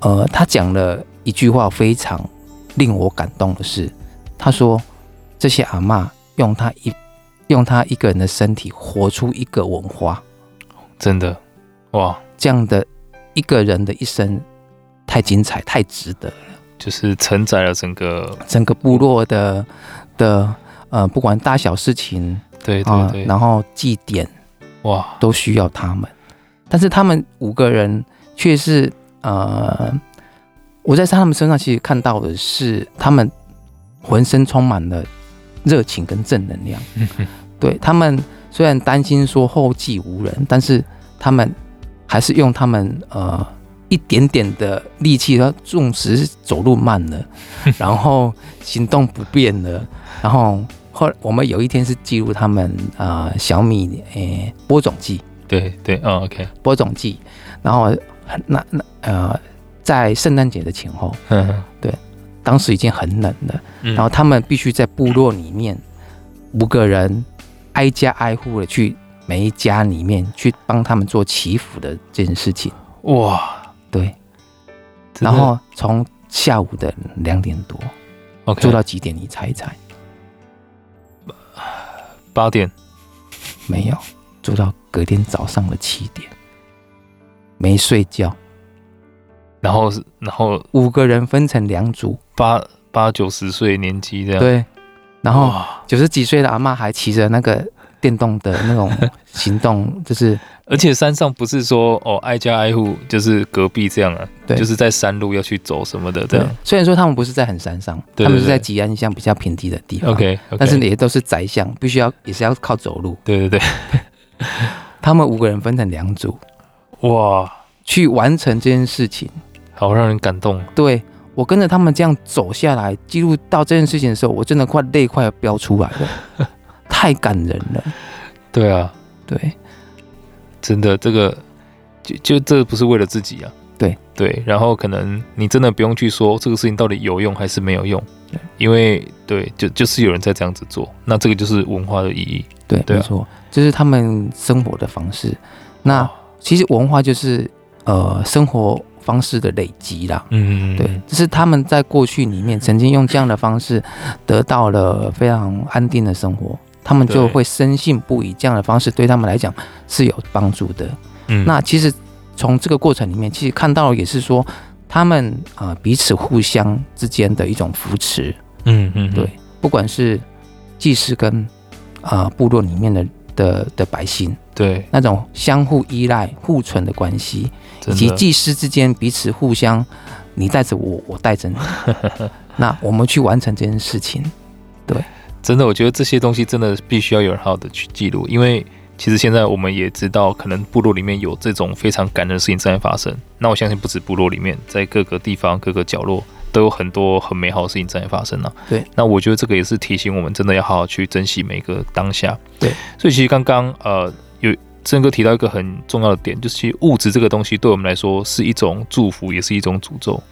Speaker 2: 呃，他讲了一句话非常令我感动的是，他说这些阿嬷用他一用他一个人的身体活出一个文化，
Speaker 1: 真的，哇，
Speaker 2: 这样的一个人的一生太精彩，太值得了。
Speaker 1: 就是承载了整个，
Speaker 2: 整个部落的的呃，不管大小事情
Speaker 1: 对
Speaker 2: 啊
Speaker 1: 对，对，
Speaker 2: 然后祭典
Speaker 1: 哇，
Speaker 2: 都需要他们，但是他们五个人却是呃，我在他们身上其实看到的是他们浑身充满了热情跟正能量。
Speaker 1: 嗯哼
Speaker 2: 对他们虽然担心说后继无人，但是他们还是用他们呃一点点的力气，他纵使走路慢了，然后行动不便了，然后后来我们有一天是记录他们呃小米诶、播种季
Speaker 1: 对对，嗯，OK，
Speaker 2: 播种季，然后很那那呃在圣诞节的前后，
Speaker 1: 嗯哼，
Speaker 2: 当时已经很冷了。
Speaker 1: 嗯
Speaker 2: 然后他们必须在部落里面五个人挨家挨户的去每一家里面去帮他们做祈福的这件事情。
Speaker 1: 哇，
Speaker 2: 对，
Speaker 1: 真的
Speaker 2: 然后从下午的两点多
Speaker 1: OK
Speaker 2: 做到几点？你猜一猜？
Speaker 1: 八点，
Speaker 2: 没有，做到隔天早上的七点，没睡觉，
Speaker 1: 然后是然后
Speaker 2: 五个人分成两组，
Speaker 1: 八八九十岁年纪这样，，
Speaker 2: 对，然后
Speaker 1: 哇
Speaker 2: 九十几岁的阿妈还骑着那个电动的那种行动，
Speaker 1: <laughs>
Speaker 2: 就是
Speaker 1: 而且山上不是说哦挨家挨户就是隔壁这样啊，
Speaker 2: 对
Speaker 1: 就是在山路要去走什么的这
Speaker 2: 对
Speaker 1: 样。。
Speaker 2: 虽然说他们不是在很山上，
Speaker 1: 对
Speaker 2: 他们是
Speaker 1: 对对
Speaker 2: 在吉安乡比较偏低的地方
Speaker 1: OK，, o k
Speaker 2: 但是也都是宅巷，必须要也是要靠走路。
Speaker 1: 对对
Speaker 2: 他们五个人分成两组
Speaker 1: 对，哇，
Speaker 2: 去完成这件事情。
Speaker 1: 好让人感动。
Speaker 2: 对我跟着他们这样走下来，记录到这件事情的时候，我真的快泪快要飙出来了，
Speaker 1: <laughs>
Speaker 2: 太感人了。
Speaker 1: 对啊，
Speaker 2: 对
Speaker 1: 真的这个就就这不是为了自己啊。
Speaker 2: 对
Speaker 1: 对，然后可能你真的不用去说这个事情到底有用还是没有用，因为对，就就是有人在这样子做，那这个就是文化的意义。
Speaker 2: 对，
Speaker 1: 对啊
Speaker 2: 没错，这是他们生活的方式。那
Speaker 1: 哇
Speaker 2: 其实文化就是呃生活方式的累积啦。
Speaker 1: 嗯，
Speaker 2: 对，这是他们在过去里面曾经用这样的方式得到了非常安定的生活，他们就
Speaker 1: 对
Speaker 2: 会深信不疑，这样的方式对他们来讲是有帮助的。
Speaker 1: 嗯，
Speaker 2: 那其实从这个过程里面，其实看到也是说他们啊、呃彼此互相之间的一种扶持，
Speaker 1: 嗯嗯，嗯
Speaker 2: 对，不管是祭司跟啊、呃部落里面的的的百姓
Speaker 1: 对，
Speaker 2: 那种相互依赖、互存的关系，以
Speaker 1: 真
Speaker 2: 及
Speaker 1: 的，
Speaker 2: 技师之间彼此互相，你带着我，我带
Speaker 1: <laughs>
Speaker 2: 着你，那我们去完成这件事情。
Speaker 1: 真的，我觉得这些东西真的必须要有人好好的去记录，因为其实现在我们也知道，可能部落里面有这种非常感人的事情正在发生。那我相信不止部落里面，在各个地方、各个角落都有很多很美好的事情正在发生呢、
Speaker 2: 对，
Speaker 1: 那我觉得这个也是提醒我们，真的要好好去珍惜每个当下。
Speaker 2: 对，
Speaker 1: 所以其实刚刚呃有。郑哥提到一个很重要的点，就是其实物质这个东西对我们来说是一种祝福，也是一种诅咒。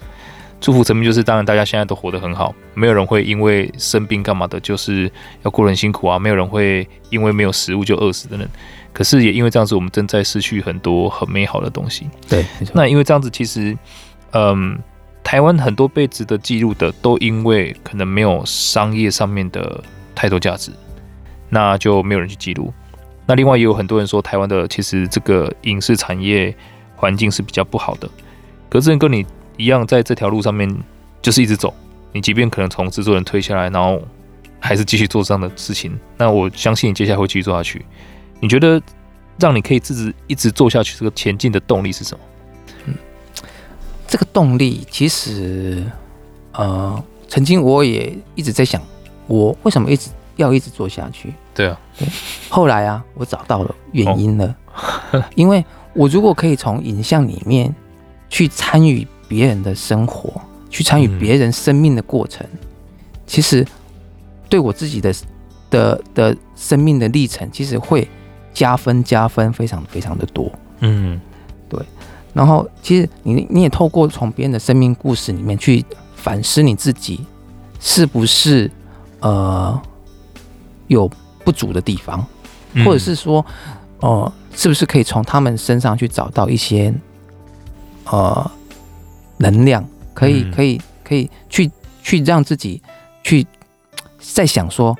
Speaker 1: 祝福层面就是，当然大家现在都活得很好，没有人会因为生病干嘛的，就是要过得很辛苦啊，没有人会因为没有食物就饿死的人。可是也因为这样子，我们正在失去很多很美好的东西。
Speaker 2: 对，没错。
Speaker 1: 那因为这样子，其实，嗯，台湾很多被值得记录的，都因为可能没有商业上面的太多价值，那就没有人去记录。那另外也有很多人说，台湾的其实这个影视产业环境是比较不好的。可是跟你一样，在这条路上面就是一直走，你即便可能从制作人退下来，然后还是继续做这样的事情，那我相信你接下来会继续做下去。你觉得让你可以自己一直做下去这个前进的动力是什么？
Speaker 2: 这个动力其实，呃，曾经我也一直在想，我为什么一直要一直做下去？
Speaker 1: 对啊，
Speaker 2: 后来啊，我找到了原因了，因为我如果可以从影像里面去参与别人的生活，去参与
Speaker 1: 嗯
Speaker 2: 别人生命的过程，其实对我自己的的的生命的历程，其实会加分加分非常非常的多。
Speaker 1: 嗯，
Speaker 2: 然后，其实你你也透过从别人的生命故事里面去反思你自己，是不是呃有不足的地方？
Speaker 1: 嗯
Speaker 2: 或者是说，呃，是不是可以从他们身上去找到一些呃能量，可以
Speaker 1: 嗯
Speaker 2: 可以可以去去让自己去再想说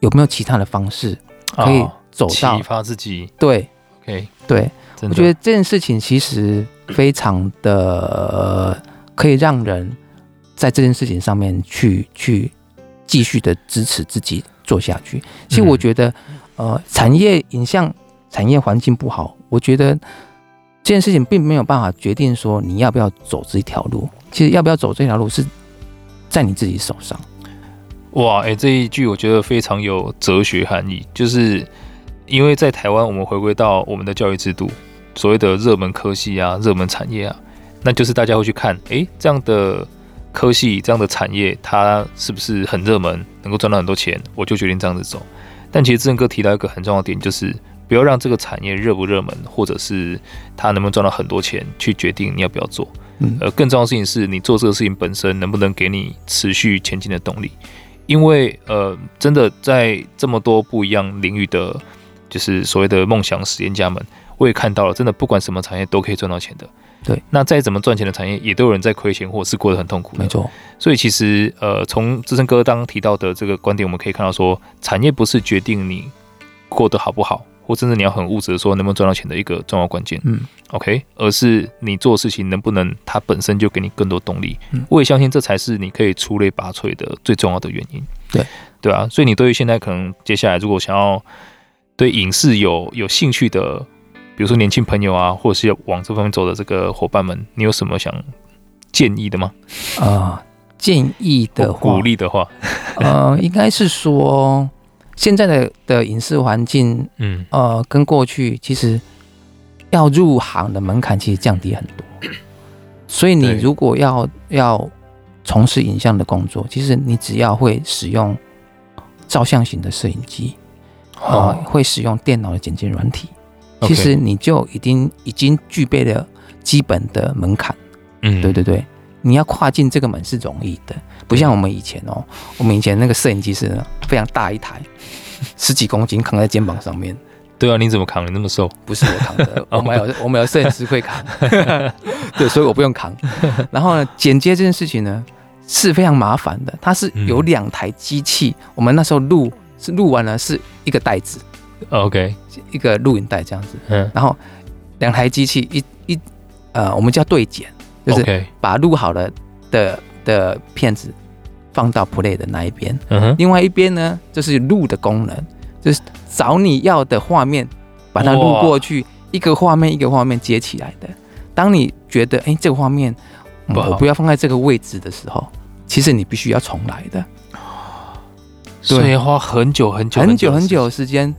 Speaker 2: 有没有其他的方式可以
Speaker 1: 哦
Speaker 2: 走到、
Speaker 1: 启发自己。
Speaker 2: 对
Speaker 1: OK，
Speaker 2: 对，
Speaker 1: 真的
Speaker 2: 我觉得这件事情其实非常的呃可以让人在这件事情上面去去继续的支持自己做下去。其实我
Speaker 1: 嗯
Speaker 2: 觉得，呃，产业影像产业环境不好，我觉得这件事情并没有办法决定说你要不要走这条路。其实要不要走这条路是在你自己手上。
Speaker 1: 哇，哎、这一句我觉得非常有哲学含义，就是因为在台湾，我们回归到我们的教育制度，所谓的热门科系啊、热门产业啊，那就是大家会去看，哎、这样的科系、这样的产业，它是不是很热门，能够赚到很多钱，我就决定这样子走。但其实志仁哥提到一个很重要的点，就是不要让这个产业热不热门，或者是它能不能赚到很多钱，去决定你要不要做。
Speaker 2: 嗯，
Speaker 1: 呃，更重要的事情是你做这个事情本身能不能给你持续前进的动力，因为呃，真的在这么多不一样领域的，就是所谓的梦想实验家们，我也看到了，真的不管什么产业都可以赚到钱的。
Speaker 2: 对，
Speaker 1: 那再怎么赚钱的产业，也都有人在亏钱或是过得很痛苦的。
Speaker 2: 没错，
Speaker 1: 所以其实呃，从资深哥刚刚提到的这个观点，我们可以看到说，产业不是决定你过得好不好，或甚至你要很物质的说能不能赚到钱的一个重要关键。
Speaker 2: 嗯
Speaker 1: OK，而是你做事情能不能它本身就给你更多动力。
Speaker 2: 嗯
Speaker 1: 我也相信这才是你可以出类拔萃的最重要的原因。
Speaker 2: 对，
Speaker 1: 对啊，所以你对于现在可能接下来如果想要对影视有有兴趣的，比如说年轻朋友啊，或者是要往这方面走的这个伙伴们，你有什么想建议的吗？
Speaker 2: 啊、建议的
Speaker 1: 或
Speaker 2: 话
Speaker 1: 鼓励的话，
Speaker 2: 呃，应该是说现在的的影视环境，
Speaker 1: 嗯
Speaker 2: 呃，跟过去其实要入行的门槛其实降低很多，所以你
Speaker 1: 对
Speaker 2: 如果要要从事影像的工作，其实你只要会使用照相型的摄影机，啊、
Speaker 1: 哦
Speaker 2: 会使用电脑的剪辑软体，
Speaker 1: OK
Speaker 2: 其实你就已经已经具备了基本的门槛。
Speaker 1: 嗯
Speaker 2: 对对对，你要跨进这个门是容易的，不
Speaker 1: 嗯
Speaker 2: 像我们以前哦，我们以前那个摄影机是非常大一台，十几公斤扛在肩膀上面，
Speaker 1: 对啊，你怎么扛？你那么瘦？
Speaker 2: 不是我扛
Speaker 1: <laughs>
Speaker 2: 的，
Speaker 1: 哦
Speaker 2: 我们有我们有摄影师会扛， <laughs> 对，所以我不用扛。然后呢，剪接这件事情呢是非常麻烦的，它是有
Speaker 1: 嗯
Speaker 2: 两台机器，我们那时候录是录完了是一个袋子，
Speaker 1: OK，
Speaker 2: 一个录影带这样子，
Speaker 1: 嗯
Speaker 2: 然后两台机器一一呃，我们叫对剪，就是
Speaker 1: ，OK，
Speaker 2: 把录好了的的片子放到 Play 的那一边，
Speaker 1: 嗯哼，
Speaker 2: 另外一边呢，就是录的功能，就是找你要的画面，把它录
Speaker 1: 哇
Speaker 2: 过去，一个画面一个画面接起来的。当你觉得哎、诶这个画面、嗯
Speaker 1: 不好
Speaker 2: 我不要放在这个位置的时候，其实你必须要重来的，
Speaker 1: 所以要花很久很久
Speaker 2: 很久很
Speaker 1: 的
Speaker 2: 久的时间。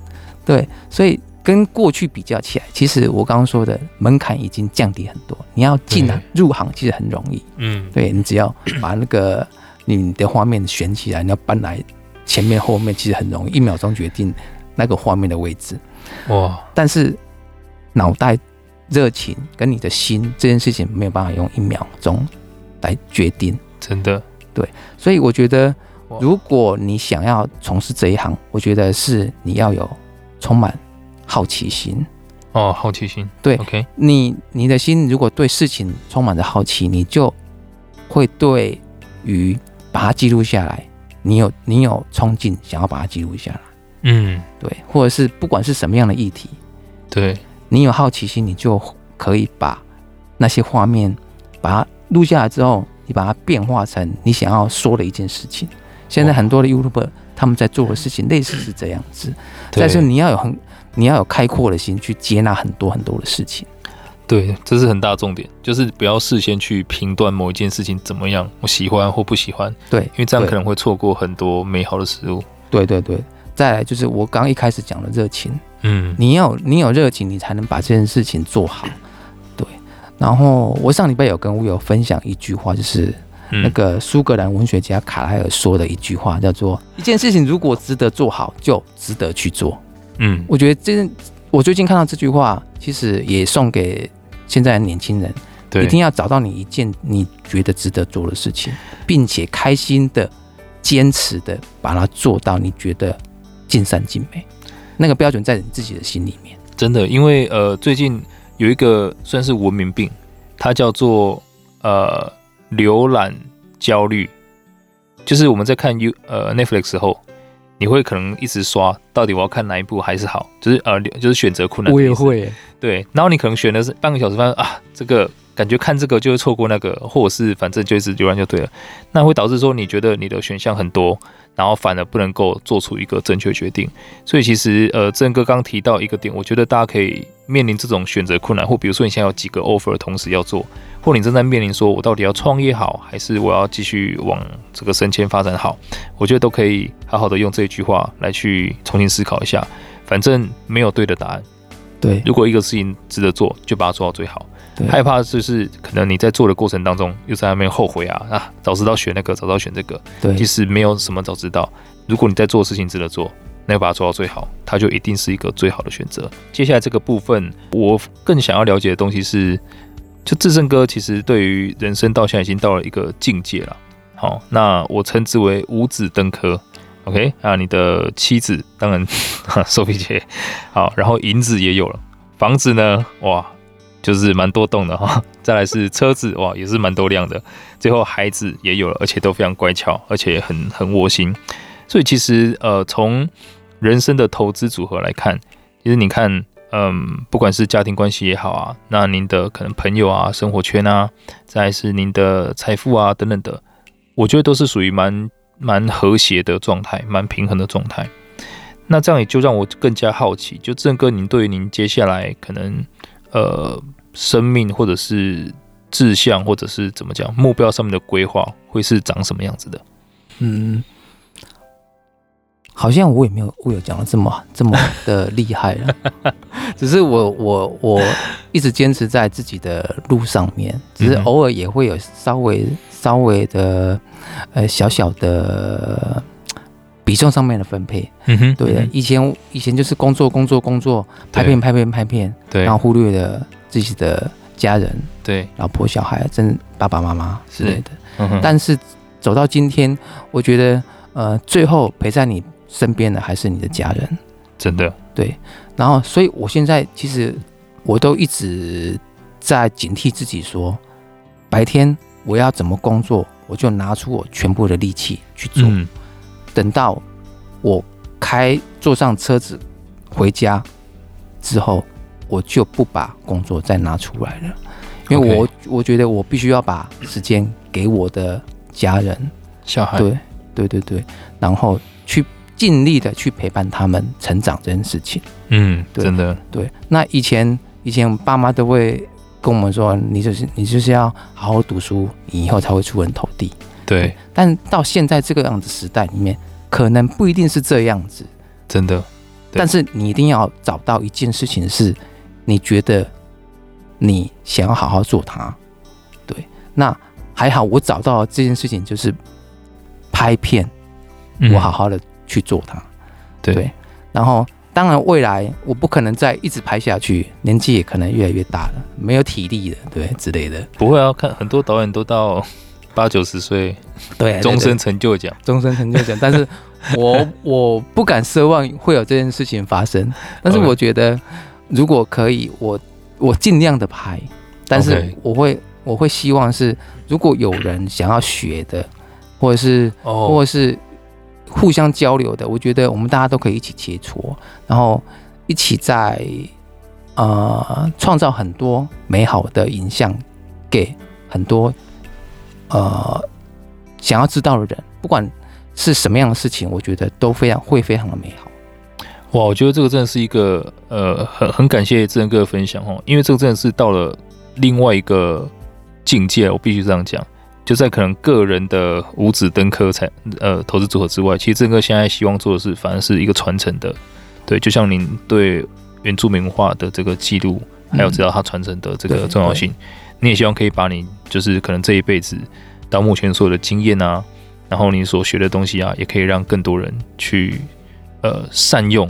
Speaker 2: 对，所以跟过去比较起来，其实我刚刚说的门槛已经降低很多。你要进来入行其实很容易。
Speaker 1: 时间，嗯，
Speaker 2: 对你只要把那个你的画面选起来，你要搬来前面后面，其实很容易，一秒钟决定那个画面的位置。
Speaker 1: 哇，
Speaker 2: 但是脑袋、热情跟你的心这件事情没有办法用一秒钟来决定。
Speaker 1: 真的，
Speaker 2: 所以我觉得
Speaker 1: 哇，
Speaker 2: 如果你想要从事这一行，我觉得是你要有充满好奇心。
Speaker 1: 哦，好奇心，
Speaker 2: 对
Speaker 1: ，OK，
Speaker 2: 你你的心如果对事情充满着好奇，你就会对于把它记录下来，你有你有冲劲，想要把它记录下来，
Speaker 1: 嗯，
Speaker 2: 对，或者是不管是什么样的议题，
Speaker 1: 对，
Speaker 2: 你有好奇心，你就可以把那些画面把它录下来之后，你把它变化成你想要说的一件事情。现在
Speaker 1: 哇
Speaker 2: 很多的 YouTuber 他们在做的事情类似是这样子，
Speaker 1: 对
Speaker 2: 但是你要有很你要有开阔的心去接纳很多很多的事情。
Speaker 1: 对，这是很大重点，就是不要事先去评断某一件事情怎么样，我喜欢或不喜欢，
Speaker 2: 对，
Speaker 1: 因为这样
Speaker 2: 对
Speaker 1: 可能会错过很多美好的事物。
Speaker 2: 对对对，再来就是我刚一开始讲的热情，
Speaker 1: 嗯，
Speaker 2: 你要你有热情，你才能把这件事情做好。对，然后我上礼拜有跟乌友分享一句话，就是
Speaker 1: 嗯
Speaker 2: 那个苏格兰文学家卡莱尔说的一句话，叫做“一件事情如果值得做好，就值得去做”。
Speaker 1: 嗯，
Speaker 2: 我觉得这我最近看到这句话，其实也送给现在的年轻人，
Speaker 1: 对，
Speaker 2: 一定要找到你一件你觉得值得做的事情，并且开心的、坚持的把它做到你觉得尽善尽美。那个标准在你自己的心里面。
Speaker 1: 真的，因为呃，最近有一个算是文明病，它叫做呃浏览焦虑，就是我们在看 U 呃 Netflix 时候，你会可能一直刷，到底我要看哪一部还是好，就是呃就是选择困难。
Speaker 2: 会，
Speaker 1: 对，然后你可能选的是半个小时，发现啊，这个感觉看这个就会错过那个，或者是反正就是浏览就对了，那会导致说你觉得你的选项很多，然后反而不能够做出一个正确决定。所以其实呃，郑哥刚提到一个点，我觉得大家可以面临这种选择困难，或比如说你现在有几个 offer 同时要做，或你正在面临说我到底要创业好，还是我要继续往这个升迁发展好，我觉得都可以好好的用这一句话来去重新思考一下，反正没有对的答案。
Speaker 2: 对
Speaker 1: 如果一个事情值得做，就把它做到最好。
Speaker 2: 对
Speaker 1: 害怕就是可能你在做的过程当中，又在那边后悔啊啊，早知道选那个，早知道选这个。其
Speaker 2: 对
Speaker 1: 实没有什么早知道，如果你在做的事情值得做，那就把它做到最好，它就一定是一个最好的选择。接下来这个部分，我更想要了解的东西是，就志胜哥其实对于人生到现在已经到了一个境界了。好，那我称之为五子登科。OK 啊，你的妻子当然 <laughs> 寿比姐，好，然后银子也有了，房子呢，哇，就是蛮多栋的哈。再来是车子，哇，也是蛮多辆的。最后孩子也有了，而且都非常乖巧，而且很很窝心。所以其实呃，从人生的投资组合来看，其其实你看，嗯，不管是家庭关系也好啊，那您的可能朋友啊、生活圈啊，再来是您的财富啊等等的，我觉得都是属于蛮蛮和谐的状态，蛮平衡的状态。那这样也就让我更加好奇，就郑哥，您对于您接下来可能呃生命或者是志向或者是怎么讲目标上面的规划，会是长什么样子的？
Speaker 2: 嗯，好像我也没有我有讲的这么这么的厉害了，
Speaker 1: <laughs>
Speaker 2: 只是我我我一直坚持在自己的路上面，只是
Speaker 1: 嗯哼
Speaker 2: 偶尔也会有稍微稍微的呃小小的呃比重上面的分配。
Speaker 1: 嗯哼，
Speaker 2: 对的，以前以前就是工作工作工作，拍片拍片拍片，
Speaker 1: 对
Speaker 2: 然后忽略了自己的家人、
Speaker 1: 对，
Speaker 2: 老婆、小孩，真爸爸妈妈之类的。
Speaker 1: 嗯哼
Speaker 2: 但是走到今天，我觉得呃，最后陪在你身边的还是你的家人。
Speaker 1: 真的，
Speaker 2: 然后，所以我现在其实我都一直在警惕自己说，白天我要怎么工作，我就拿出我全部的力气去做。
Speaker 1: 嗯
Speaker 2: 等到我开坐上车子回家之后，我就不把工作再拿出来了，因为我我觉得我必须要把时间给我的家人，
Speaker 1: 小孩，
Speaker 2: 对对对对，然后去尽力的去陪伴他们成长这件事情。
Speaker 1: 嗯，
Speaker 2: 对
Speaker 1: 真的，
Speaker 2: 对，那以前以前我爸妈都会跟我们说，你就是你就是要好好读书，你以后才会出人头地。
Speaker 1: 对，
Speaker 2: 但到现在这个样子时代里面，可能不一定是这样子。
Speaker 1: 真的，对
Speaker 2: 但是你一定要找到一件事情是你觉得你想要好好做它。对，那还好，我找到这件事情就是拍片，
Speaker 1: 嗯
Speaker 2: 我好，好的去做它。
Speaker 1: 对
Speaker 2: 对，然后，当然未来我不可能再一直拍下去，年纪也可能越来越大了，没有体力了，对之类的。
Speaker 1: 不会啊，看很多导演都到八九十岁，
Speaker 2: 对，
Speaker 1: 终身成就奖，
Speaker 2: 终身成就奖，但是我我不敢奢望会有这件事情发生，但是
Speaker 1: OK
Speaker 2: 我觉得如果可以，我我尽量的拍，但是
Speaker 1: OK
Speaker 2: 我会我会希望是，如果有人想要学的，或者是或
Speaker 1: 哦
Speaker 2: 者，是互相交流的，我觉得我们大家都可以一起切磋，然后一起在呃创造很多美好的影像给很多呃想要知道的人，不管是什么样的事情，我觉得都非常会非常的美好。
Speaker 1: 哇，我觉得这个真的是一个，呃，很很感谢志仁哥的分享哦，因为这个真的是到了另外一个境界，我必须这样讲。就在可能个人的五子登科才呃投资组合之外，其实郑哥现在希望做的是，反而是一个传承的，对，就像您对原住民文化的这个记录，还
Speaker 2: 嗯
Speaker 1: 有知道它传承的这个
Speaker 2: 对
Speaker 1: 重要性。你也希望可以把你就是可能这一辈子到目前所有的经验啊，然后你所学的东西啊，也可以让更多人去呃善用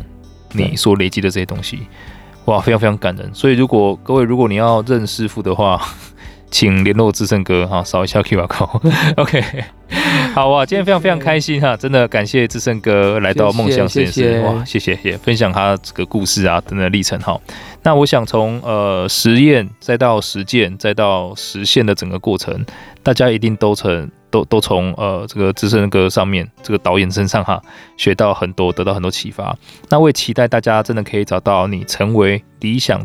Speaker 1: 你
Speaker 2: 对
Speaker 1: 所累积的这些东西。哇，非常非常感人。所以如果各位如果你要认师傅的话，请联络志胜哥哈，扫一下 QR code。OK，好啊，今天非常非常开心哈、真的感谢志胜哥来到
Speaker 2: 谢谢
Speaker 1: 梦想实验室，
Speaker 2: 谢谢
Speaker 1: 哇，谢谢也分享他这个故事啊等等的历程哈。那我想从呃实验再到实践再到实现的整个过程，大家一定都从都都从呃这个资深哥上面这个导演身上哈学到很多，得到很多启发。那我也期待大家真的可以找到你成为理想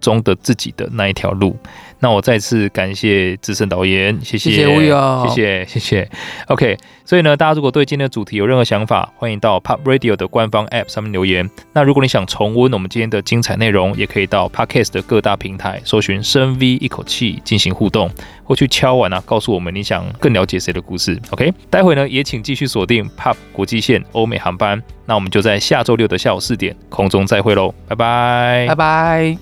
Speaker 1: 中的自己的那一条路。那我再次感谢资深导演，谢
Speaker 2: 谢谢 Will
Speaker 1: 谢谢谢谢。OK，所以呢，大家如果对今天的主题有任何想法，欢迎到 Pop Radio 的官方 App 上面留言。那如果你想重温我们今天的精彩内容，也可以到 Podcast 的各大平台搜寻“深 V 一口气”进行互动，或去敲碗啊，告诉我们你想更了解谁的故事。OK，待会呢也请继续锁定 Pop 国际线欧美航班。那我们就在下周六的下午四点空中再会喽，拜拜
Speaker 2: 拜拜。